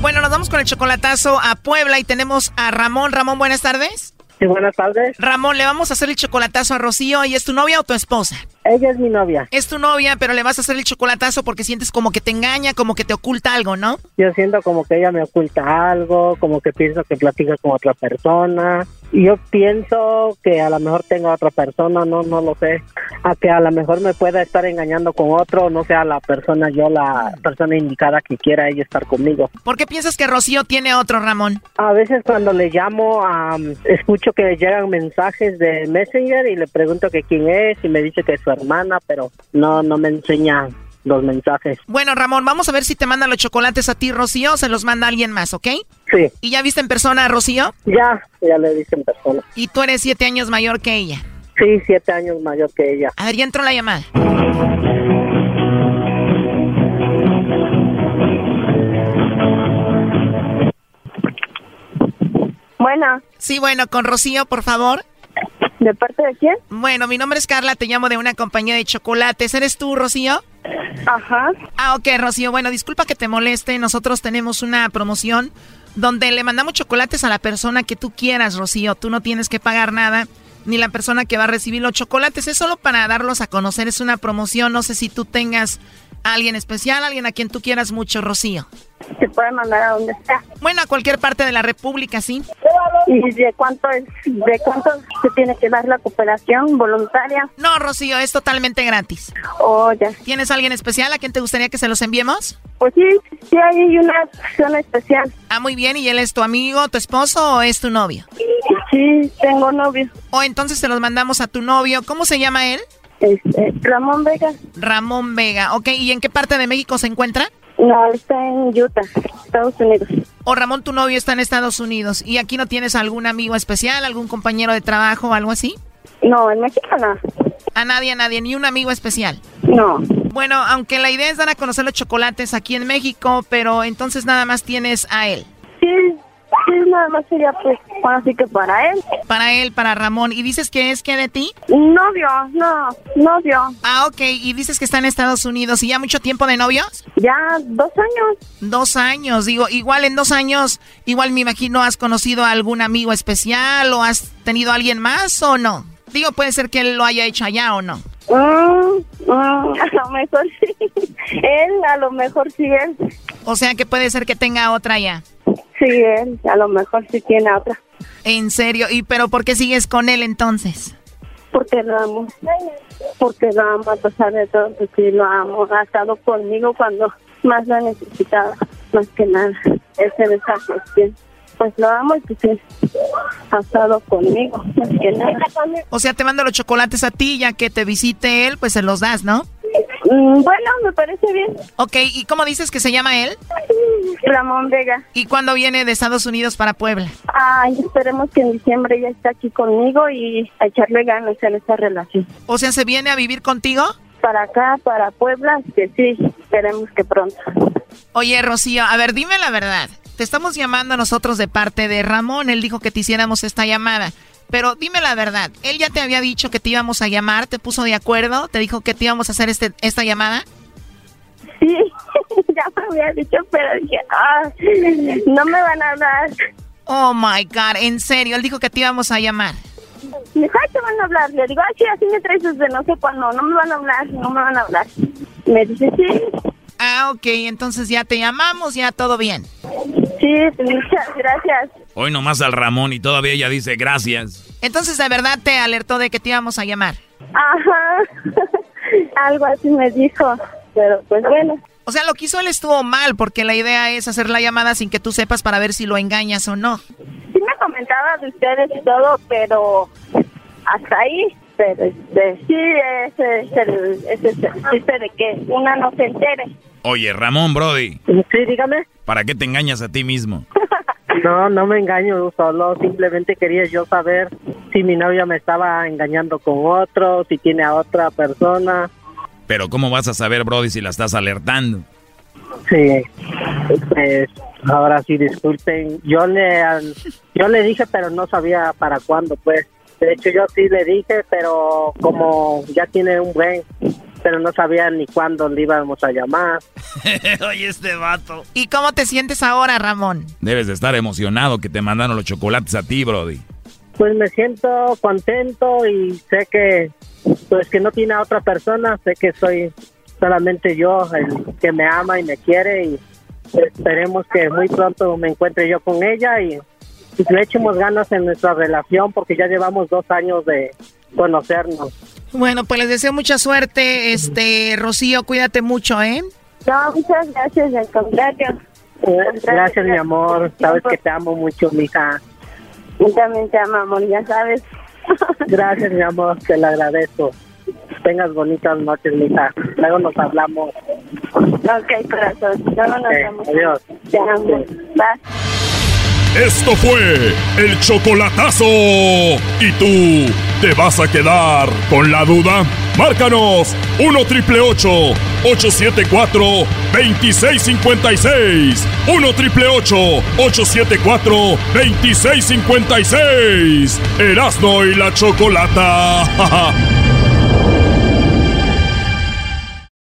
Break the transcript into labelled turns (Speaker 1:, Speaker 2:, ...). Speaker 1: Bueno, nos vamos con el chocolatazo a Puebla y tenemos a Ramón. Ramón, buenas tardes.
Speaker 2: Sí, buenas tardes.
Speaker 1: Ramón, le vamos a hacer el chocolatazo a Rocío. ¿Y es tu novia o tu esposa?
Speaker 2: Ella es mi novia.
Speaker 1: Es tu novia, pero le vas a hacer el chocolatazo porque sientes como que te engaña, como que te oculta algo, ¿no?
Speaker 2: Yo siento como que ella me oculta algo, como que pienso que platica con otra persona. Y yo pienso que a lo mejor tengo a otra persona, no, no lo sé. A que a lo mejor me pueda estar engañando con otro, no sea la persona, yo la persona indicada que quiera ella estar conmigo.
Speaker 1: ¿Por qué piensas que Rocío tiene otro, Ramón?
Speaker 2: A veces cuando le llamo, am, escucho que le llegan mensajes de Messenger y le pregunto que quién es y me dice que es su hermana, pero no, no me enseña los mensajes.
Speaker 1: Bueno, Ramón, vamos a ver si te mandan los chocolates a ti, Rocío, o se los manda alguien más, ¿ok?
Speaker 2: Sí,
Speaker 1: ¿Y ya viste en persona a Rocío?
Speaker 2: ya, ya le dicen persona.
Speaker 1: Y tú eres siete años mayor que ella.
Speaker 2: Sí, siete años mayor que ella.
Speaker 1: A ver, ya entró la llamada.
Speaker 3: Bueno,
Speaker 1: Sí, bueno, con Rocío, por favor.
Speaker 3: ¿de parte de quién?
Speaker 1: Bueno, mi nombre es Carla, te llamo de una compañía de chocolates. ¿Eres tú, Rocío?
Speaker 3: Ajá.
Speaker 1: Ah, ok, Rocío. Bueno, disculpa que te moleste. Nosotros tenemos una promoción donde le mandamos chocolates a la persona que tú quieras, Rocío. Tú no tienes que pagar nada, ni la persona que va a recibir los chocolates. Es solo para darlos a conocer. Es una promoción. No sé si tú tengas a alguien especial, alguien a quien tú quieras mucho, Rocío.
Speaker 3: Se puede mandar a donde sea.
Speaker 1: Bueno, a cualquier parte de la República, ¿sí?
Speaker 3: ¿Y de cuánto es, de cuánto se tiene que dar la cooperación voluntaria?
Speaker 1: No, Rocío, es totalmente gratis.
Speaker 3: O ya.
Speaker 1: ¿Tienes a alguien especial a quien te gustaría que se los enviemos?
Speaker 3: Pues sí, sí hay una opción especial.
Speaker 1: Ah, muy bien. ¿Y él es tu amigo, tu esposo o es tu novio?
Speaker 3: Sí, tengo novio.
Speaker 1: O entonces se los mandamos a tu novio. ¿Cómo se llama él?
Speaker 3: Este, Ramón Vega.
Speaker 1: Ramón Vega. Ok, ¿y en qué parte de México se encuentra?
Speaker 3: No, está en Utah, Estados Unidos.
Speaker 1: O Ramón, tu novio está en Estados Unidos y aquí no tienes algún amigo especial, algún compañero de trabajo o algo así.
Speaker 3: No, en México no.
Speaker 1: A nadie, a nadie, ni un amigo especial.
Speaker 3: No.
Speaker 1: Bueno, aunque la idea es dar a conocer los chocolates aquí en México, pero entonces nada más tienes a él.
Speaker 3: Sí, sí, nada más sería pues, así que para él.
Speaker 1: Para él, para Ramón. ¿Y dices que es que de ti?
Speaker 3: Novio, no, novio.
Speaker 1: Ah, ok. ¿Y dices que está en Estados Unidos y ya mucho tiempo de novios?
Speaker 3: Ya dos años.
Speaker 1: Dos años, digo, igual en dos años, igual me imagino has conocido a algún amigo especial o has tenido a alguien más o no. Digo, puede ser que él lo haya hecho allá o no.
Speaker 3: Mm, mm, a lo mejor sí. Él, a lo mejor sí, él.
Speaker 1: O sea que puede ser que tenga otra allá.
Speaker 3: Sí, él, a lo mejor sí tiene a otra.
Speaker 1: En serio, ¿y pero por qué sigues con él entonces?
Speaker 3: Porque lo amo. Porque lo amo a pesar de todo. Porque lo amo. Ha estado conmigo cuando más lo necesitaba. Más que nada. Esa es esa cuestión. Pues lo amo y pues sí, ha estado conmigo. Más que nada.
Speaker 1: O sea, te mando los chocolates a ti, ya que te visite él, pues se los das, ¿no?
Speaker 3: Mm, Bueno, me parece bien.
Speaker 1: Ok, ¿y cómo dices que se llama él?
Speaker 3: Ramón Vega.
Speaker 1: ¿Y cuándo viene de Estados Unidos para Puebla?
Speaker 3: Ay, esperemos que en diciembre ya esté aquí conmigo y a echarle ganas en esta relación.
Speaker 1: O sea, ¿se viene a vivir contigo?
Speaker 3: Para acá, para Puebla, que sí, esperemos que pronto.
Speaker 1: Oye, Rocío, a ver, dime la verdad. Te estamos llamando a nosotros de parte de Ramón. Él dijo que te hiciéramos esta llamada. Pero dime la verdad. Él ya te había dicho que te íbamos a llamar, te puso de acuerdo, te dijo que te íbamos a hacer este, esta llamada.
Speaker 3: Sí, ya me había dicho, pero dije, ah, no me van a hablar.
Speaker 1: Oh my God, en serio, él dijo que te íbamos a llamar.
Speaker 3: Me dijo, ay, te van a hablar. Le digo, ay, sí, así me traes desde no sé cuándo, no me van a hablar, no me van a hablar. Me dice, sí,
Speaker 1: Ah, ok, entonces ya te llamamos, ya todo bien.
Speaker 3: sí, muchas gracias.
Speaker 4: Hoy nomás al Ramón y todavía ella dice gracias.
Speaker 1: Entonces de verdad te alertó de que te íbamos a llamar.
Speaker 3: Ajá, algo así me dijo, pero pues bueno.
Speaker 1: O sea, lo que hizo él estuvo mal, porque la idea es hacer la llamada sin que tú sepas para ver si lo engañas o no.
Speaker 3: sí me comentaba de ustedes y todo, pero hasta ahí. Pero este, sí, ese es el, ese es el chiste de que una no se entere.
Speaker 4: Oye, Ramón, Brody,
Speaker 2: Sí, dígame.
Speaker 4: ¿Para qué te engañas a ti mismo?
Speaker 2: No, no me engaño, solo simplemente quería yo saber si mi novia me estaba engañando con otro, si tiene a otra persona.
Speaker 4: Pero ¿cómo vas a saber, Brody, si la estás alertando?
Speaker 2: Sí, pues ahora sí, disculpen. Yo le, al- yo le dije, pero no sabía para cuándo, pues. De hecho, yo sí le dije, pero como ya tiene un buen, pero no sabía ni cuándo le íbamos a llamar.
Speaker 4: Oye, este vato.
Speaker 1: ¿Y cómo te sientes ahora, Ramón?
Speaker 4: Debes de estar emocionado que te mandaron los chocolates a ti, Brody.
Speaker 2: Pues me siento contento y sé que, pues que no tiene a otra persona, sé que soy solamente yo el que me ama y me quiere y esperemos que muy pronto me encuentre yo con ella y, y le echemos ganas en nuestra relación porque ya llevamos dos años de conocernos.
Speaker 1: Bueno, pues les deseo mucha suerte, este, Rocío, cuídate mucho, ¿eh?
Speaker 3: No, muchas gracias, al contrario.
Speaker 2: Eh, Gracias mi amor, sabes que te amo mucho, mija.
Speaker 3: Yo también te amo, amor, ya sabes.
Speaker 2: Gracias mi amor, te lo agradezco. Tengas bonitas noches, mija. Luego nos hablamos.
Speaker 3: ok, corazón. Luego nos
Speaker 2: Ok,
Speaker 3: vemos.
Speaker 2: adiós.
Speaker 3: Te amo. Bye.
Speaker 5: Esto fue el chocolatazo. ¿Y tú te vas a quedar con la duda? Márcanos 1 triple 874 2656. 1 triple 874 2656. Erasno y la chocolata.